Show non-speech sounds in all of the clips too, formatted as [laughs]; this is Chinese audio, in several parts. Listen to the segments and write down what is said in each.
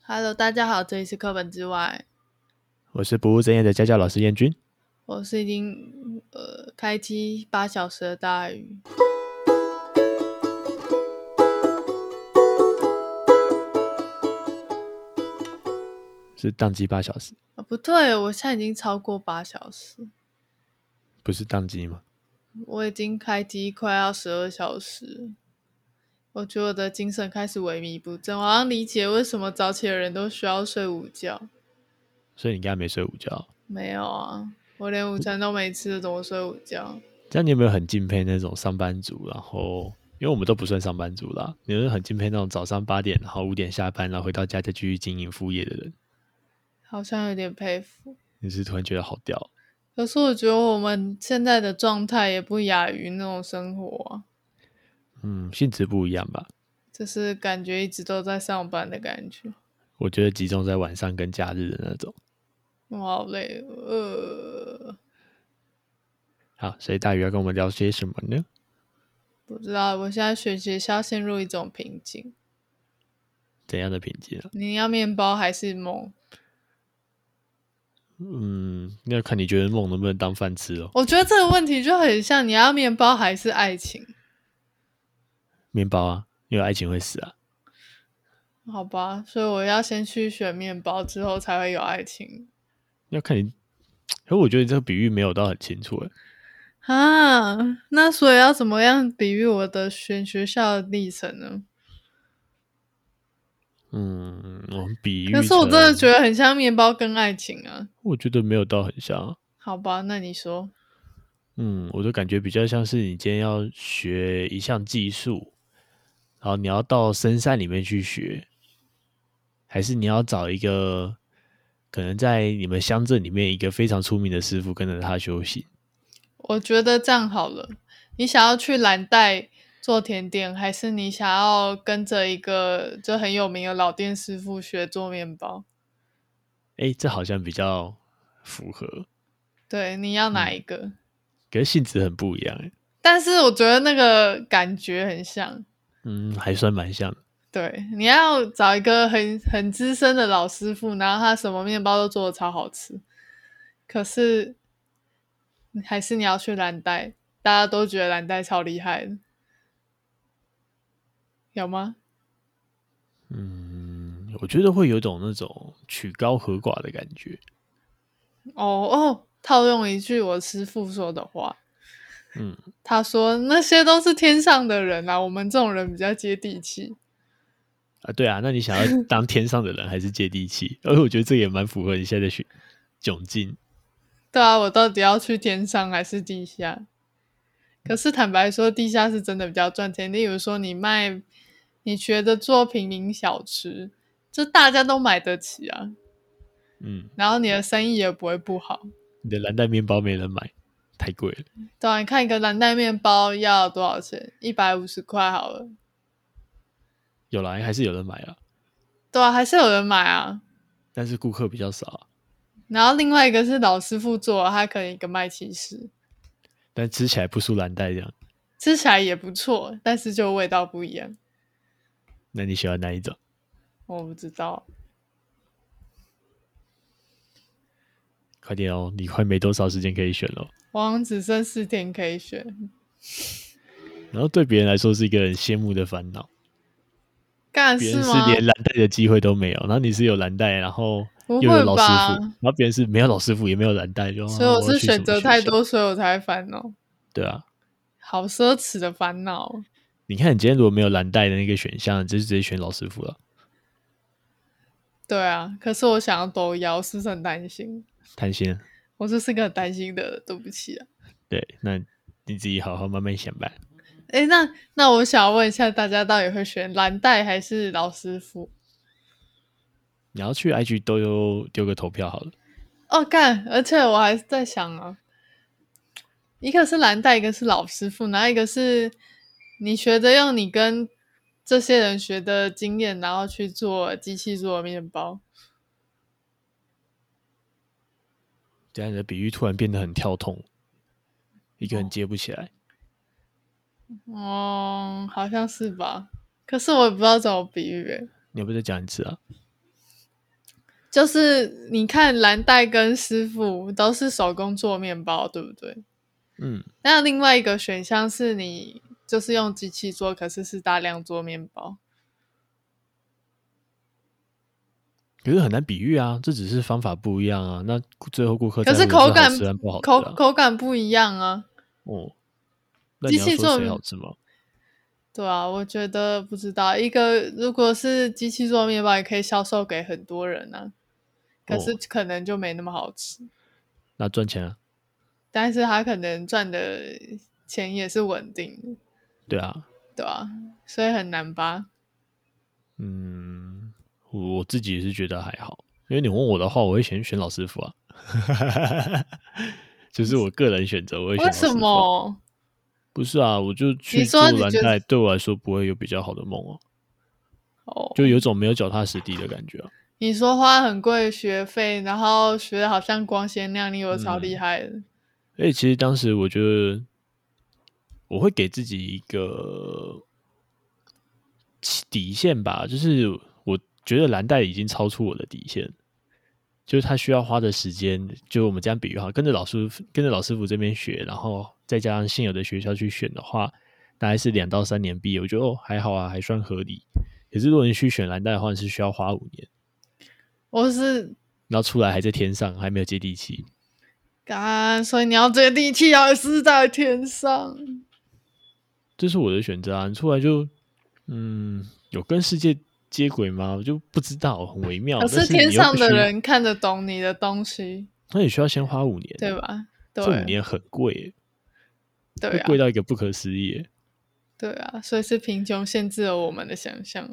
Hello，大家好，这里是课本之外，我是不务正业的家教老师燕君。我是已经呃开机八小时的大鱼。是宕机八小时，啊，不对，我现在已经超过八小时，不是宕机吗？我已经开机快要十二小时，我觉得我的精神开始萎靡不振。我好像理解为什么早起的人都需要睡午觉。所以你应该没睡午觉。没有啊，我连午餐都没吃，怎么睡午觉？这样你有没有很敬佩那种上班族？然后，因为我们都不算上班族啦，你有没有很敬佩那种早上八点，然后五点下班，然后回到家再继续经营副业的人？好像有点佩服。你是突然觉得好屌？可是我觉得我们现在的状态也不亚于那种生活啊。嗯，性质不一样吧？就是感觉一直都在上班的感觉，我觉得集中在晚上跟假日的那种。我好累。哦呃，好，所以大鱼要跟我们聊些什么呢？不知道，我现在学学校陷入一种瓶颈。怎样的品质啊？你要面包还是梦？嗯，那看你觉得梦能不能当饭吃哦。我觉得这个问题就很像你要面包还是爱情，面包啊，因为爱情会死啊。好吧？所以我要先去选面包，之后才会有爱情要看你，可我觉得你这个比喻没有到很清楚欸诶。啊。那所以要怎么样比喻我的选学校的历程呢？嗯，我们比喻。可是我真的觉，得很像面包跟爱情啊。我觉得没有到很像。好吧，那你说，嗯，我的感觉比较像是你今天要学一项技术，然后你要到深山里面去学，还是你要找一个可能在你们乡镇里面一个非常出名的师傅跟着他修行？我觉得这样好了，你想要去蓝带做甜点，还是你想要跟着一个就很有名的老店师傅学做面包？哎，这好像比较符合，对，你要哪一个？可是性质很不一样欸诶。但是我觉得那个感觉很像。嗯，还算蛮像的。对，你要找一个很很资深的老师傅，然后他什么面包都做的超好吃。可是，还是你要去蓝带，大家都觉得蓝带超厉害的，有吗？嗯，我觉得会有种那种曲高和寡的感觉。哦哦，套用一句我师傅说的话，嗯，他说那些都是天上的人啊啦、我们这种人比较接地气。啊，对啊，那你想要当天上的人还是接地气？而我觉得这也蛮符合你现在的选窘境。对啊，我到底要去天上还是地下？可是坦白说，地下是真的比较赚钱。例如说，你卖你学的做平民小吃，这大家都买得起啊，嗯，然后你的生意也不会不好。你的蓝带面包没人买，太贵了。对啊，你看一个蓝带面包要多少钱？一百五十块好了。有来还是有人买啊，对啊，还是有人买啊。但是顾客比较少啊、然后另外一个是老师傅做的，他可能一个卖七十，但吃起来不输蓝带这样。吃起来也不错，但是就味道不一样。那你喜欢哪一种？我不知道，快点哦，你快没多少时间可以选了。我好像只剩四天可以选。然后对别人来说是一个很羡慕的烦恼，干别是人是吗？连蓝带的机会都没有，然后你是有蓝带，然后不又有会老师吧傅，然后别人是没有老师傅，也没有蓝带，就所以啊我要是去什选么择学太校多，所以我才会烦恼。对啊，好奢侈的烦恼，你看你今天如果没有蓝带的那个选项，你就直接选老师傅了，对啊。可是我想要都要，我是不是很担心？贪心啊。我就是个很担心的人，对不起啊。对，那你自己好好慢慢想吧。诶，那那我想要问一下大家，到底会选蓝带还是老师傅？你要去 IG 都有丢个投票好了。哦，干！而且我还在想啊，一个是蓝带，一个是老师傅，然后一个是你学着用你跟这些人学的经验，然后去做机器做的面包。等一下你的比喻突然变得很跳痛，一个人接不起来。哦哦，好像是吧？可是我也不知道怎么比喻、欸。你要不要再讲一次啊？就是你看蓝带跟师傅都是手工做面包，对不对？嗯，那另外一个选项是你就是用机器做，可是是大量做面包。可是很难比喻啊，这只是方法不一样啊。那最后顾客可在是乎的好口感吃和不好吃口啊口感不一样啊，哦，那你要机器说做谁好吃吗？对啊，我觉得不知道一个如果是机器做面包，也可以销售给很多人啊，可是哦可能就没那么好吃，那赚钱啊，但是他可能赚的钱也是稳定的，对啊，对啊，所以很难吧？嗯，我我自己是觉得还好，因为你问我的话，我会选选老师傅啊， [laughs] 就是我个人选择，我会选为老师什傅啊、么？不是啊，我就去你做说你蓝觉得带，对我来说不会有比较好的梦哦、哦，就有种没有脚踏实地的感觉啊。你说花很贵的学费，然后学的好像光鲜亮丽，我超厉嗯害的。所以其实当时我觉得，我会给自己一个起底线吧，就是我觉得蓝带已经超出我的底线，就是他需要花的时间，就我们这样比喻哈，跟着老师跟着老师傅这边学，然后再加上现有的学校去选的话，大概是两到三年毕业，我觉得哦还好啊，还算合理。可是如果你去选蓝带的话，你是需要花五年，我是然后出来还在天上，还没有接地气。干，啊所以你要接地气，要是在天上。这是我的选择啊！你出来就，嗯，有跟世界接轨吗？我就不知道，很微妙。可哦但哦是你天又必上的须，人看得懂你的东西，那也需要先花五年，啊对？吧？这五对，年很贵耶，对会贵啊，到一个不可思议耶。对啊，所以是贫穷限制了我们的想象。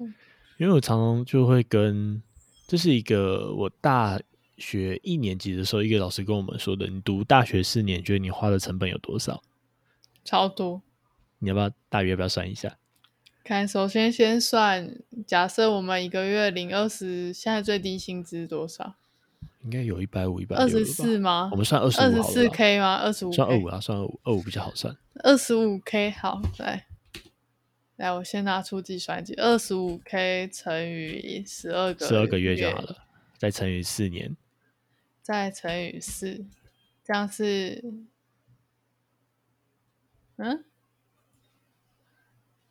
因为我常常就会跟，这是一个我大学一年级的时候，一个老师跟我们说的：你读大学四年，觉得你花的成本有多少？超多。你要不要大约要不要算一下？看，首先先算，假设我们一个月领二十，现在最低薪资多少？应该有一百五、一百二十六了吧四？吗我？们算二十二五十好四了啦， k 吗？二十五算二五 k，啊，算二五，二五比较好算。二十五 k 好，来，来，我先拿出计算机，二十五 k 乘以十二个十二个月就好，了，再乘以四年，再乘以四，这样是，嗯，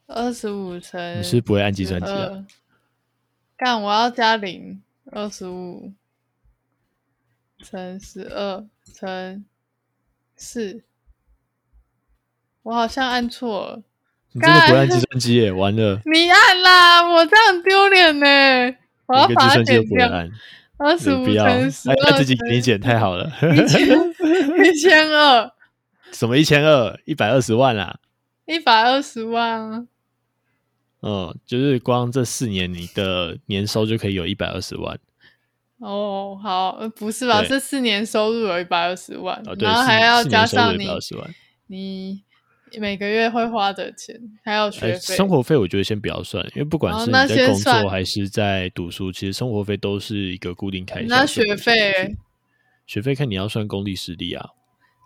二十五乘你是不会按计算机啊？二，干，我要加零，二十五乘十二乘四，我好像按错了，你真的不会干按计算机耶，完了，你按啦，我这样丢脸呢， [laughs] 我要连个计把它算机都剪不会掉，按，二十你五不要，哎乘十，二他自己给你减太好了，一千一千二， [laughs] 什么一千二，一百二十万啊啦，一百二十万啊，嗯，就是光这四年你的年收就可以有一百二十万，哦，好，呃不是吧？对这四年收入有一百二十万哦，，对，然后四还年要四加年收上入一你百二十万，你每个月会花的钱，还有哎，学费。生活费我觉得先不要算，因为不管哦是你那在先工算作还是在读书，其实生活费都是一个固定开销，那这不学会减费下去，学费看你要算公立私立啊，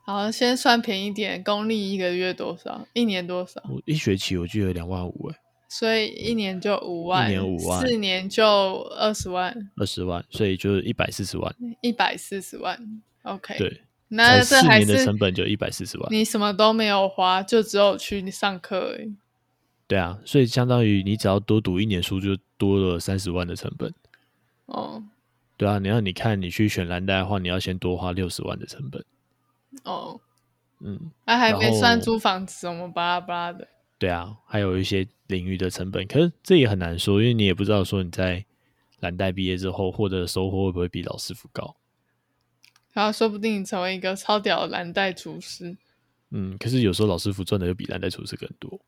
好，先算便宜点，公立一个月多少？一年多少？我一学期我记得两万五哎，所以一年就五万，一年5万四年就二十万，二十万，所以就是一百四十万，一百四十万。OK，对，那才这四还年的是成本就一百四十万，你什么都没有花，就只有去上课而已。对啊，所以相当于你只要多读一年书，就多了三十万的成本，哦对啊，你要你看你去选蓝带的话，你要先多花六十万的成本，哦，嗯，那、啊还然没算后租房子什么巴拉巴拉的。对啊，还有一些领域的成本，可是这也很难说，因为你也不知道说你在蓝带毕业之后获得的收获会不会比老师傅高，然后说不定你成为一个超屌的蓝带厨师，嗯，可是有时候老师傅赚的又比蓝带厨师更多，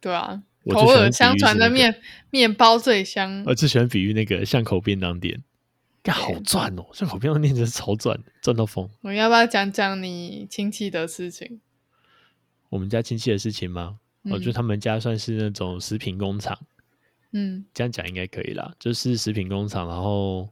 对啊，我口最喜欢耳比相喻传是的那个呃面面包最香。我最喜欢比喻那个巷口便当店，干好对赚哦！巷口便当店真是超赚，赚到疯。我要不要讲讲你亲戚的事情？我们家亲戚的事情吗？我觉得嗯哦他们家算是那种食品工厂，嗯这样讲应该可以啦，就是食品工厂，然后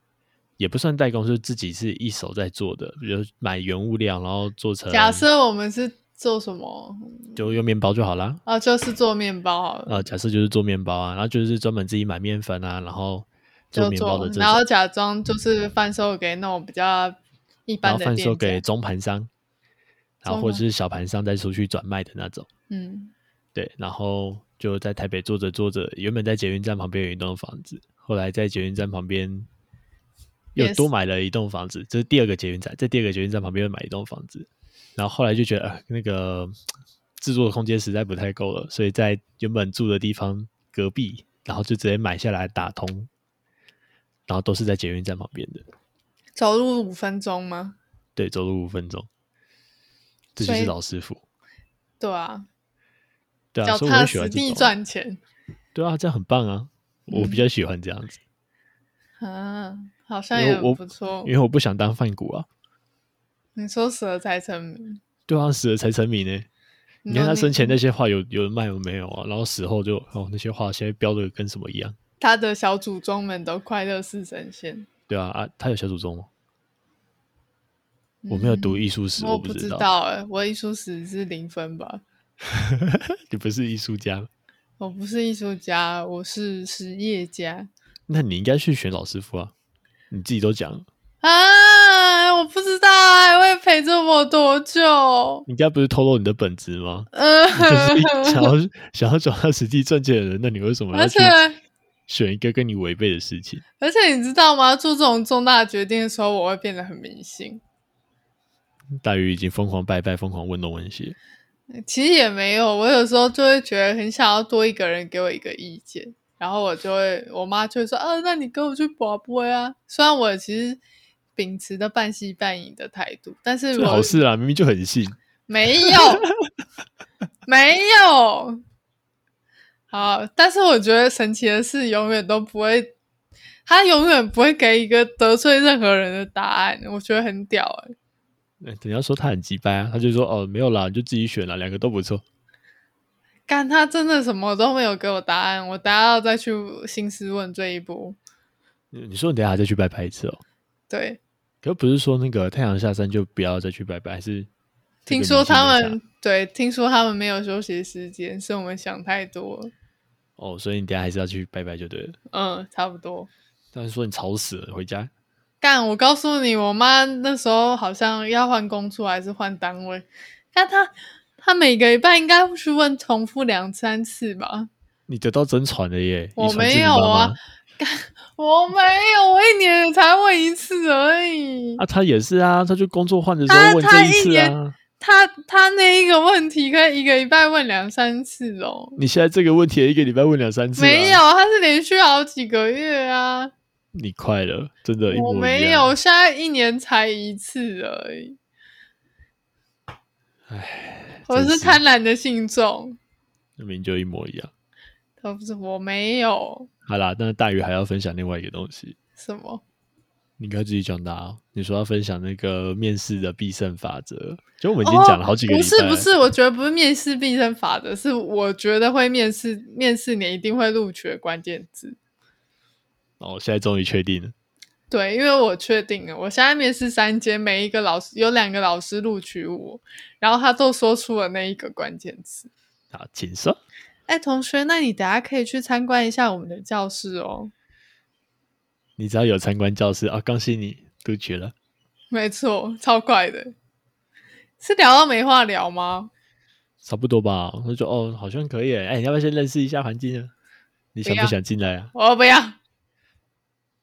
也不算代工，就是自己是一手在做的，比如买原物料，然后做成，假设我们是做什么？就用面包就好啦。哦，就是做面包好了。呃，假设就是做面包啊，然后就是专门自己买面粉啊，然后做就面包的做，这然后种，假装就是贩售给那种比较一然般后的贩售店家，给中盘商，然后中或者盘是小盘商再出去转卖的那种。嗯，对，然后就在台北坐着坐着，原本在捷运站旁边有一栋房子，后来在捷运站旁边又也多是买了一栋房子，这是第二个捷运站，在第二个捷运站旁边又买一栋房子，然后后来就觉得、呃、那个制作的空间实在不太够了，所以在原本住的地方隔壁，然后就直接买下来打通，然后都是在捷运站旁边的，走路五分钟吗？对，走路五分钟，这就所是以老师傅，对啊，对啊，脚所以我踏就喜实欢这地种，赚钱对啊，这样很棒啊，我嗯比较喜欢这样子。啊，好像因为也我不错因。为我不想当饭骨啊。你说死了才成名，对啊，死了才成名呢。你看说他生前那些画有有人卖有没有啊？然后死后就哦那些画现在标的跟什么一样，他的小祖宗们都快乐似神仙。对啊啊，他有小祖宗吗？我没有读嗯艺术史，我不不知知。道哎、我艺术史是零分吧？你不是艺术家，我不是艺术家，我是实业家那你应该去选老师傅啊。你自己都讲了，啊！我不知道哎、我也陪着我多久？你应该不是透露你的本职吗？ [laughs] 嗯，[laughs] 你就是想要想要脚踏实地赚钱的人，那你为什么要而去且选一个跟你违背的事情？而且你知道吗？做这种重大决定的时候，我会变得很迷信。大鱼已经疯狂拜拜，疯狂问东问西。其实也没有，我有时候就会觉得很想要多一个人给我一个意见，然后我就会，我妈就会说，啊，那你跟我去拔杯啊。虽然我其实秉持的半信半疑的态度，但是这我好事啊，明明就很信。没有， [laughs] 没有。好，但是我觉得神奇的是，永远都不会，他永远不会给一个得罪任何人的答案，我觉得很屌哎、欸、等一下说他很鸡掰啊，他就说哦没有啦，你就自己选啦，两个都不错。干他真的什么都没有给我答案，我等下要再去兴师问罪一波。你你说你等一下再去拜拜一次哦，对，可不是说那个太阳下山就不要再去拜拜，还是这听个说迷信他没差们对，听说他们没有休息时间，是我们想太多了。哦，所以你等一下还是要去拜拜就对了。嗯，差不多。但是说你吵死了，回家干，我告诉你，我妈那时候好像要换工作还是换单位，但她她每个礼拜应该会去问重复两三次吧？你得到真传了耶，我遗传自没你有妈妈啊我没有，我一年才问一次而已。啊，他也是啊，他就工作换的时他候问他这一次啊年。她她那一个问题可以一个礼拜问两三次哦，你现在这个问题一个礼拜问两三次、啊，没有，，她是连续好几个月啊。你快了，真的，一模我一没样有，，现在一年才一次而已。唉，我真是是贪婪的信众，明明就一模一样。可不是我没有好啦，但是大鱼还要分享另外一个东西，什么。你该自己讲答、啊。你说要分享那个面试的必胜法则，就我们已哦，经讲了好几个礼不拜、是不，是，我觉得不是面试必胜法则，是我觉得会面试面试你一定会录取的关键字。哦，现在终于确定了。对，因为我确定了，我现在面试三间，每一个老师有两个老师录取我，然后他都说出了那一个关键词。好，请说。哎，同学，那你等下可以去参观一下我们的教室哦。你只要有参观教室啊，恭喜你录取了。没错，超快的。是聊到没话聊吗？差不多吧，我就哦，好像可以耶。哎、你要不要先认识一下环境啊？你想不不要想进来啊？我不要，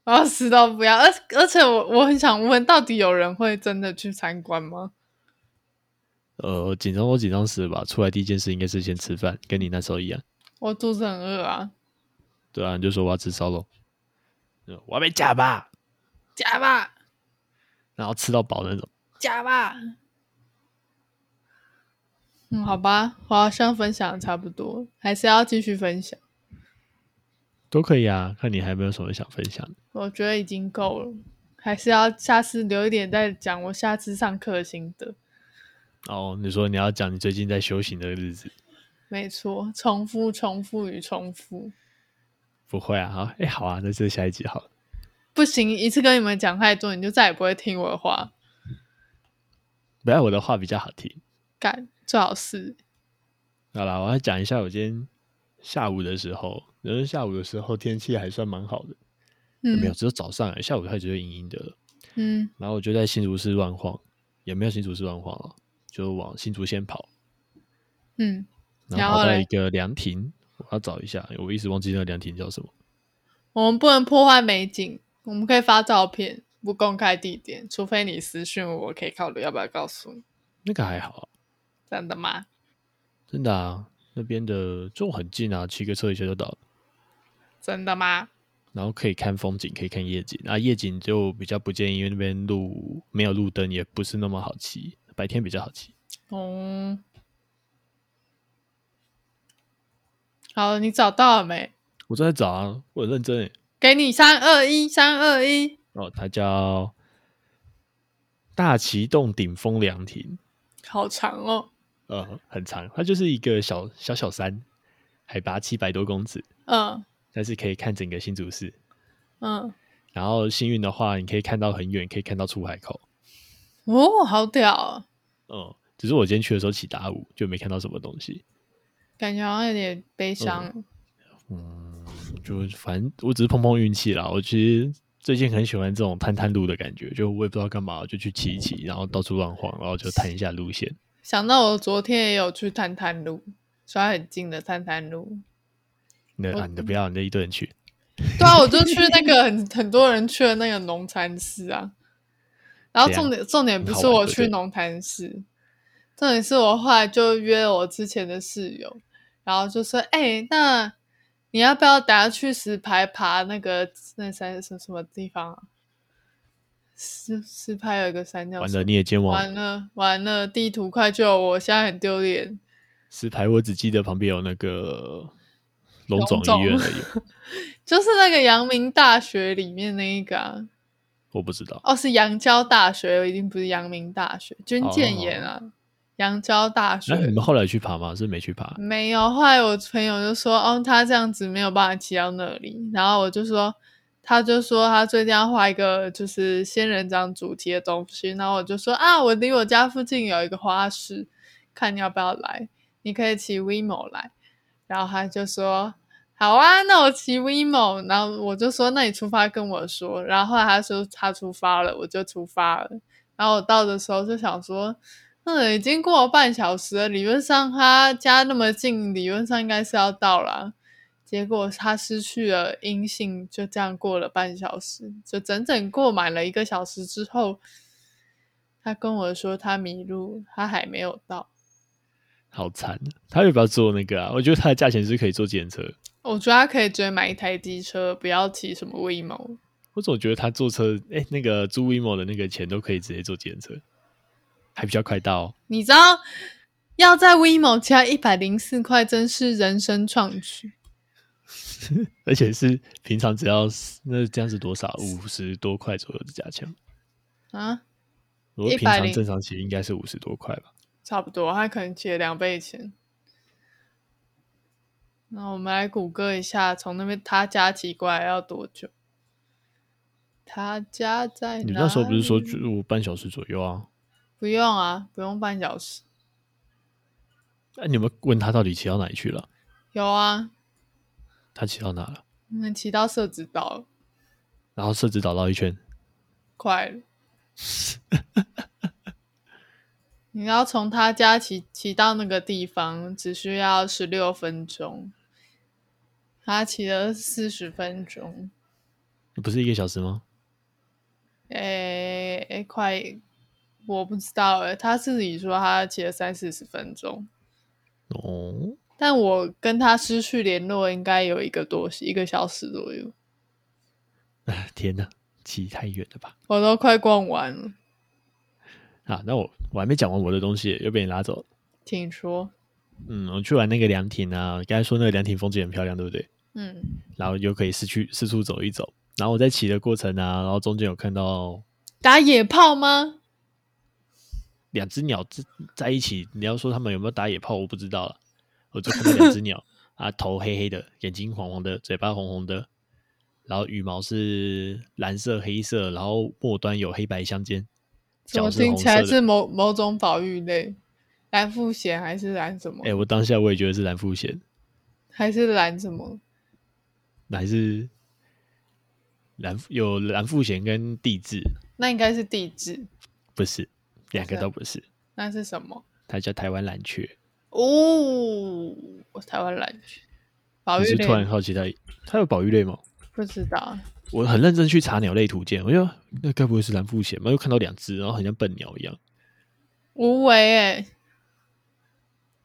我要死都不要。而而且我我很想问，到底有人会真的去参观吗？呃，紧张都紧张死了吧？出来第一件事应该是先吃饭，跟你那时候一样。我肚子很饿啊，对啊，你就说我要吃烧肉，嗯我要被夹吧，假吧然后吃到饱那种。假吧。嗯，好吧，我好像分享得差不多，还是要继续分享。都可以啊，看你还有没有什么想分享的。我觉得已经够了，还是要下次留一点再讲我下次上课的心得。哦，你说你要讲你最近在修行的日子，没错，重复、重复与重复，不会啊？好，哎，好啊，那这下一集好了。不行，一次跟你们讲太多，你就再也不会听我的话。本来我的话比较好听。干，最好是好啦，我要讲一下我今天下午的时候，因为下午的时候天气还算蛮好的，嗯没有，只有早上而已，下午开始就阴阴的了。嗯然后我就在新竹市乱晃，也没有新竹市乱晃了，就往新竹县跑，嗯，然然后后跑到嘞一个凉亭，我要找一下，我一直忘记那个凉亭叫什么。我们不能破坏美景，我们可以发照片，不公开地点，除非你私讯我，我可以考虑要不要告诉你。那个还好啊，真的吗？真的啊，那边的就很近啊，骑个车一下就到了。真的吗？然后可以看风景，可以看夜景啊。夜景就比较不建议，因为那边路没有路灯，也不是那么好骑，白天比较好骑。哦，好，你找到了没？我正在找啊，我很认真诶。给你三二一，三二一，哦，它叫大旗洞顶峰凉亭，好长哦。呃，很长，它就是一个小小小山，海拔七百多公尺，嗯但是可以看整个新竹市。嗯，然后幸运的话，你可以看到很远，可以看到出海口。哦，好屌、哦，嗯，只是我今天去的时候起大雾，就没看到什么东西。感觉好像有点悲伤。嗯，就反正我只是碰碰运气啦。我其实最近很喜欢这种探探路的感觉，就我也不知道干嘛，就去骑一骑，然后到处乱晃，然后就探一下路线。想到我昨天也有去探探路，虽然很近的探探路，那哦啊，你都不要，你就一堆人去。对啊，我就去那个很 [laughs] 很多人去的那个农禅寺啊。然后怎样重点重点不很好是玩我对不去对农禅寺，重点是我后来就约我之前的室友，然后就说：“哎、那你要不要等下去石牌爬那个那山什什么地方、啊？石石牌有一个山叫完什了，么？你也健忘。完了完了，地图快救我！我现在很丢脸。石牌我只记得旁边有那个龙总龙总医院而已， [laughs] 就是那个阳明大学里面那一个、啊，我不知道。哦，是阳交大学，已经不是阳明大学，军舰岩啊，阳、交大学、那、你们后来去爬吗？是没去爬？没有。后来我朋友就说，哦，他这样子没有办法骑到那里，然后我就说，他就说他最近要画一个就是仙人掌主题的东西，然后我就说啊，我离我家附近有一个花市，看你要不要来，你可以骑 WeMo 来，然后他就说。好啊，那我骑 WeMo，然后我就说，那你出发跟我说。然后后来他说他出发了，我就出发了。然后我到的时候就想说，嗯，已经过了半小时了，理论上他家那么近，理论上应该是要到了。结果他失去了音信，就这样过了半小时，就整整过满了一个小时之后，他跟我说他迷路，他还没有到。好惨！啊他要不要做那个啊？我觉得它的价钱是可以做检测。我觉得他可以直接买一台机车，不要骑什么 WeMo。我总觉得他坐车，哎、那个租 WeMo 的那个钱都可以直接坐检测，还比较快到哦、你知道，要在 WeMo 加一百零四块，真是人生创举。而且是平常只要那这样是多少五十多块左右的价钱，啊，如果平100常正常骑应该是五十多块吧。差不多，他可能借两倍钱。那我们来谷歌一下，从那边他家骑过来要多久？他家在哪？你那时候不是说欸就半小时左右啊？不用啊，不用半小时。那、啊你有没有问他到底骑到哪里去了？有啊，他骑到哪了？我们骑到社子岛了，然后设置导绕一圈，快 [laughs] 了。你要从他家骑骑到那个地方，只需要十六分钟。他骑了四十分钟。不是一个小时吗？诶、诶快，我不知道诶、他自己说他骑了三四十分钟，哦， [laughs] 但我跟他失去联络应该有一个多一个小时左右，啊天哪，骑太远了吧？我都快逛完了。啊，那我我还没讲完我的东西，又被你拉走了。听说，嗯，我去玩那个凉亭啊，刚才说那个凉亭风景很漂亮，对不对？嗯，然后又可以四去四处走一走。然后我在骑的过程啊，然后中间有看到打野炮吗？两只鸟在在一起，你要说他们有没有打野炮，我不知道了。我就看到两只鸟啊，头黑黑的，眼睛黄黄的，嘴巴红红的，然后羽毛是蓝色、黑色，然后末端有黑白相间，怎么脚听红起来色是的。某某种保育类？蓝富贤还是蓝什么？哎、我当下我也觉得是蓝腹鹇，还是蓝什么？还是蓝有蓝富贤跟地质，那应该是地质，不是两个是啊都不是，那是什么？它叫台湾蓝雀。哦，台湾蓝雀，保你育是类突然好奇它，它有保育类吗？不知道，我很认真去查鸟类图鉴，我就那该不会是蓝腹鹇吧？又看到两只，然后很像笨鸟一样，无为哎，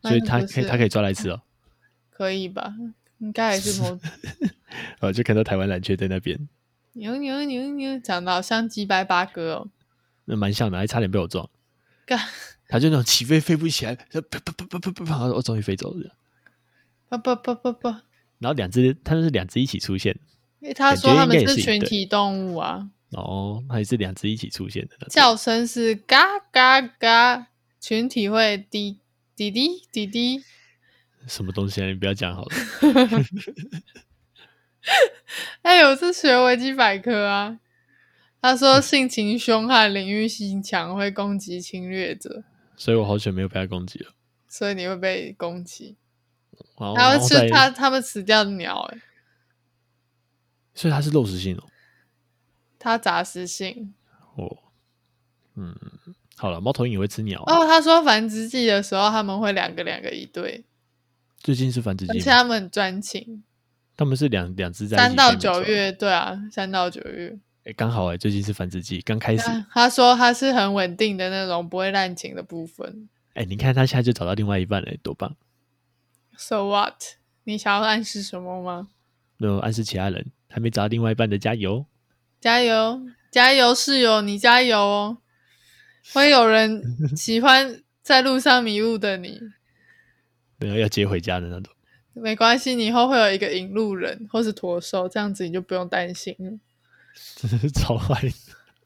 所以那它不可以是它可以抓来吃 [laughs] 哦。可以吧？应该还是 [laughs] 某啊，就看到台湾蓝雀在那边，牛牛牛牛，长得好像鸡白八哥哦，那蛮像的，还差点被我撞。干它就那种起飞飞不起来，啪啪啪啪啪啪啪，我终于飞走了。不不不不不，然后两只，它们是两只一起出现因为他感说觉他应们该也是是一群对体动物啊，哦，还是两只一起出现的那种。叫声是嘎嘎嘎，群体会滴滴滴滴滴，什么东西啊？你不要讲好 [laughs] 了。哎，我是学维基百科啊。他嗯说，性情凶悍、领域性强，会攻击侵略者，所以我好久没有被它攻击了。所以你会被攻击。然后他哦然会后吃再他他们死掉的鸟、欸，所以它是肉食性哦。它杂食性。哦，嗯，好了，猫头鹰也会吃鸟、啊。哦，他说繁殖季的时候，他们会两个两个一对，最近是繁殖而季且吗，他们很专情。他们是两两只在一起三到在那边九走月，对啊，三到九月。哎，刚好哎、最近是繁殖季，刚开始。但他说他是很稳定的那种，不会滥情的部分。哎、你看它现在就找到另外一半了、多棒！ So what？你想要暗示什么吗？那暗示其他人还没找到另外一半的加油。加油，加油，室友，你加油哦！会有 [laughs] 人喜欢在路上迷路的你，对啊，要接回家的那种。 [laughs] 没关系，你以后会有一个引路人或是驼兽，这样子你就不用担心了。真的是超坏的。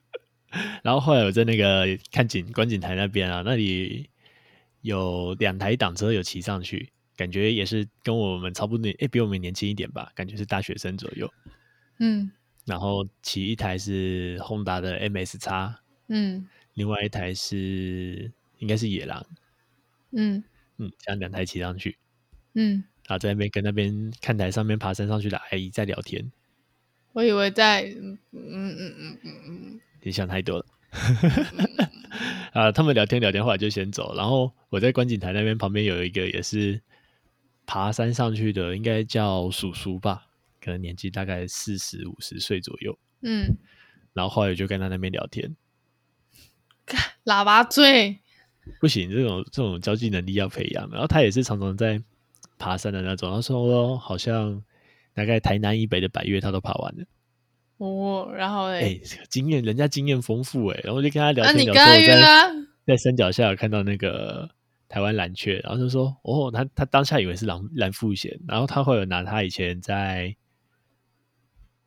[laughs] 然后后来我在那个看景观景台那边啊，那里有两台挡车有骑上去，感觉也是跟我们差不多年，诶，比我们年轻一点吧，感觉是大学生左右。嗯然后骑一台是宏达的 MS 叉，嗯另外一台是应该是野狼，嗯嗯，这样两台骑上去，嗯，然后在那边跟那边看台上面爬山上去的阿姨在聊天，我以为在嗯嗯嗯嗯嗯嗯你想太多了。 [laughs] 啊，他们聊天聊天，后来就先走。然后我在观景台那边旁边有一个也是爬山上去的，应该叫叔叔吧，可能年纪大概四十五十岁左右。嗯，然后后来我就跟他那边聊天，喇叭醉，不行，这种这种交际能力要培养。然后他也是常常在爬山的那种，他说哦好像大概台南以北的百越他都爬完了，哦，然后哎、嘞，经验人家经验丰富哎、然后我就跟他聊啊，天你聊跟说他我约在。啊？在山脚下有看到那个台湾蓝雀，然后就说哦，他他当下以为是蓝蓝富贤，然后他会有拿他以前在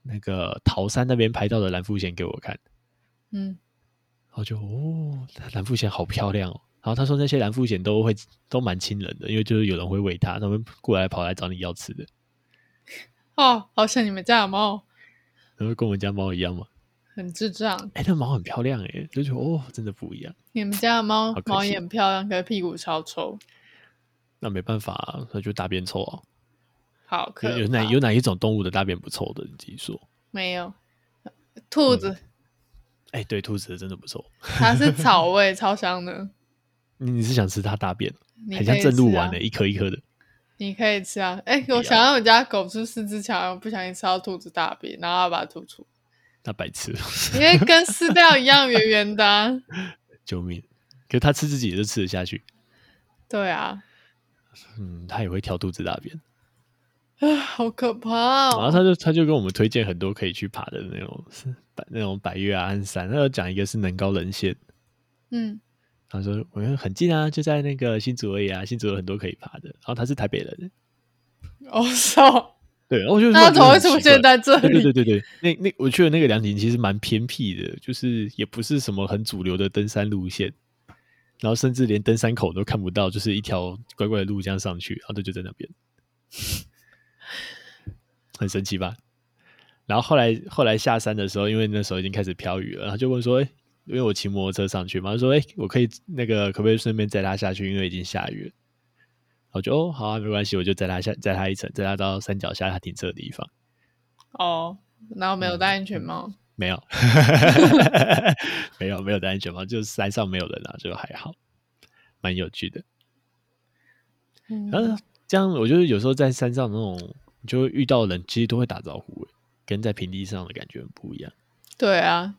那个桃山那边拍到的蓝富贤给我看，嗯，然后就哦，蓝富贤好漂亮哦。然后他说那些蓝富贤都会都蛮亲人的，因为就是有人会喂它，他们过来跑来找你要吃的，哦，好像你们家的猫然后跟我们家猫一样嘛。很智障，哎，那猫很漂亮哎，就觉得哦，真的不一样。你们家的猫好可毛惜也很漂亮，可是屁股超臭，那没办法、啊，那就大便臭啊。好可有有哪怕有哪一种动物的大便不臭的？你自己说。没有？兔子哎，对，兔子的真的不错。它 [laughs] 是草味，超香的，你你是想吃它大便？你很可像以正露吃丸啊的、一颗一颗的。你可以吃啊！哎、我要想让我家狗吃四只强，我不小心吃到兔子大便，然后它把它吐出，那白痴，因为跟饲料一样圆圆的、啊。 [laughs] [laughs] 救命！可是它吃自己也是吃得下去。对啊，嗯，它也会挑兔子大便。啊，好可怕然后哦！它就它就跟我们推荐很多可以去爬的那种是百那种百越啊、安山。那有讲一个是能高人线，嗯，他说我们很近啊，就在那个新竹而已啊，新竹有很多可以爬的。然后他是台北人，欸哦，操，对，然后我就那说怎么会很奇出现怪在这对里？对对对对，那那我去的那个凉亭其实蛮偏僻的，就是也不是什么很主流的登山路线，然后甚至连登山口都看不到，就是一条乖乖的路这样上去，然后它就在那边，很神奇吧？然后后来后来下山的时候，因为那时候已经开始飘雨了，然后就问说，哎、因为我骑摩托车上去嘛，他说，哎、我可以那个可不可以顺便载他下去，因为已经下雨了。我就哦好啊，没关系，我就载他下载他一程，载他到山脚下他停车的地方。哦，然后没有戴安全帽。没有， [laughs] 没有，没有戴安全帽，就是山上没有人啊，就还好，蛮有趣的。嗯然后这样，我觉得有时候在山上那种，你就会遇到人，其实都会打招呼，欸跟在平地上的感觉很不一样。对啊，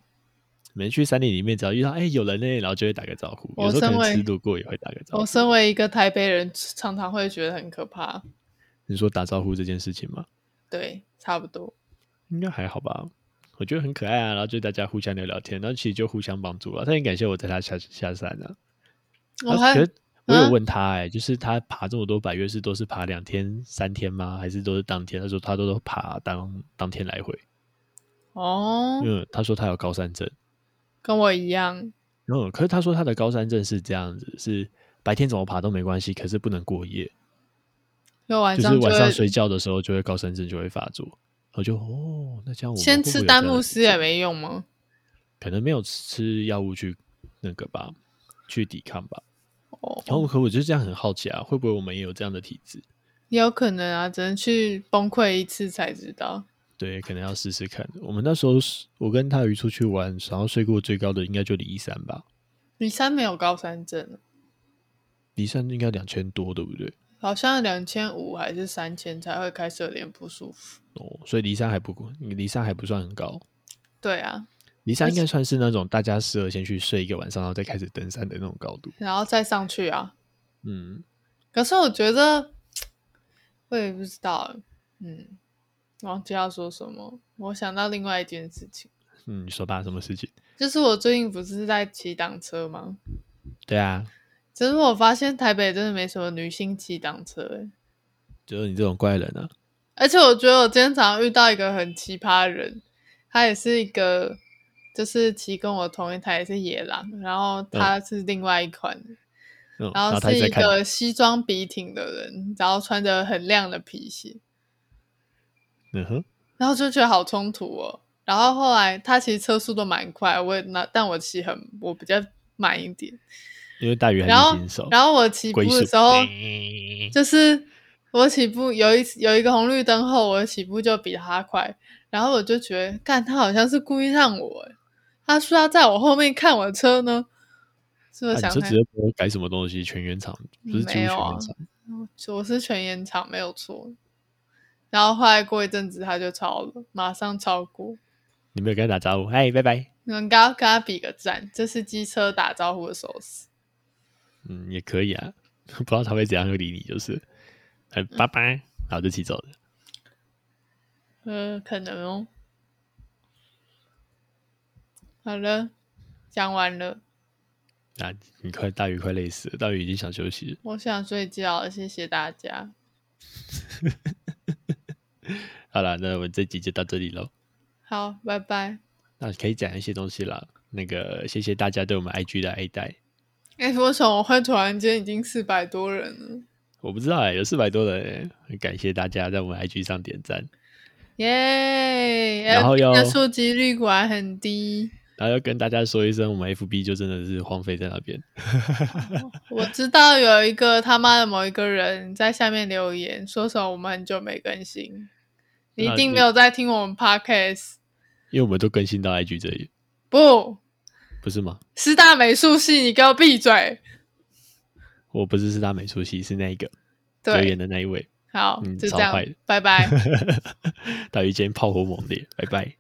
每次去山林里面，只要遇到哎、有人嘞，然后就会打个招呼。我有时候身可能为吃路过也会打个招呼我。身为一个台北人，常常会觉得很可怕。你说打招呼这件事情吗？对，差不多。应该还好吧，我觉得很可爱啊。然后就大家互相聊聊天，然后其实就互相帮助了。他也感谢我带他下下山啊。我啊还可是我有啊问他、欸，就是他爬这么多百越是都是爬两天、三天吗？还是都是当天？他说他都都爬当当天来回，哦，因为他说他有高山症。跟我一样。嗯，可是他说他的高山症是这样子，是白天怎么爬都没关系，可是不能过夜，就晚就是上晚上会睡觉的时候就会高山症就会发作。我就哦，那这样我们先会不会吃有丹这样木的斯也没用吗？可能没有吃药物去那个吧，去抵抗吧。哦，然后可我就这样很好奇啊，会不会我们也有这样的体质？也有可能啊，只能去崩溃一次才知道。对，可能要试试看。我们那时候是我跟大鱼出去玩，然后睡过最高的应该就离山吧，李三没有高山症，离山应该两千多，对不对？好像两千五还是三千才会开始有点不舒服。哦，所以离山还不够，离山还不算很高。对啊，离山应该算是那种大家适合先去睡一个晚上，然后再开始登山的那种高度。然后再上去啊。嗯，可是我觉得，我也不知道，嗯，忘记要说什么。我想到另外一件事情，嗯，你说吧，什么事情？就是我最近不是在骑挡车吗？对啊，只是我发现台北真的没什么女性骑挡车、欸，就是你这种怪人啊。而且我觉得我今天早上遇到一个很奇葩的人，他也是一个，就是骑跟我同一台也是野狼，然后他是另外一款的，嗯，然后他一是直在一看你，个西装笔挺的人，然后穿着很亮的皮鞋，嗯哼，然后就觉得好冲突哦。然后后来他其实车速都蛮快，我也那但我骑很我比较慢一点，因为大鱼还然后是新手，然后我起步龟速的时候， [laughs] 嗯就是我起步有一次有一个红绿灯后，我的起步就比他快，然后我就觉得，干他好像是故意让我欸，他说要在我后面看我的车呢，是不是啊你想说太直接不会改什么东西，全原厂不是几乎没全原有啊厂，我是全延长没有错。然后后来过一阵子他就超了，马上超过。你没有跟他打招呼，嗨，拜拜。你们刚跟他比个赞，这是机车打招呼的手势。嗯，也可以啊， [laughs] 不知道他会怎样会理你，就是，哎，拜拜，然后就骑走了。呃，可能哦。好了，讲完了，啊，你快大鱼快累死了，大鱼已经想休息了。我想睡觉了，谢谢大家。好了，那我们这集就到这里喽。好，拜拜。那可以讲一些东西啦。那个，谢谢大家对我们 IG 的爱戴。哎、为什么会突然间已经四百多人了？我不知道哎、有四百多人、欸，很感谢大家在我们 IG 上点赞，耶、哎然后 FB 要的触及率果然很低。然后要跟大家说一声，我们 FB 就真的是荒废在那边。我知道有一个他妈的某一个人在下面留言，说什么我们很久没更新，你一那定你没有在听我们 podcast。因为我们都更新到 IG 这里，不，不是吗？师大美术系，你给我闭嘴！我不是是他美术系，是那一个留对，言的那一位。 [laughs] 好，嗯就超这样坏的，拜拜。大鱼今天炮火猛烈，拜拜。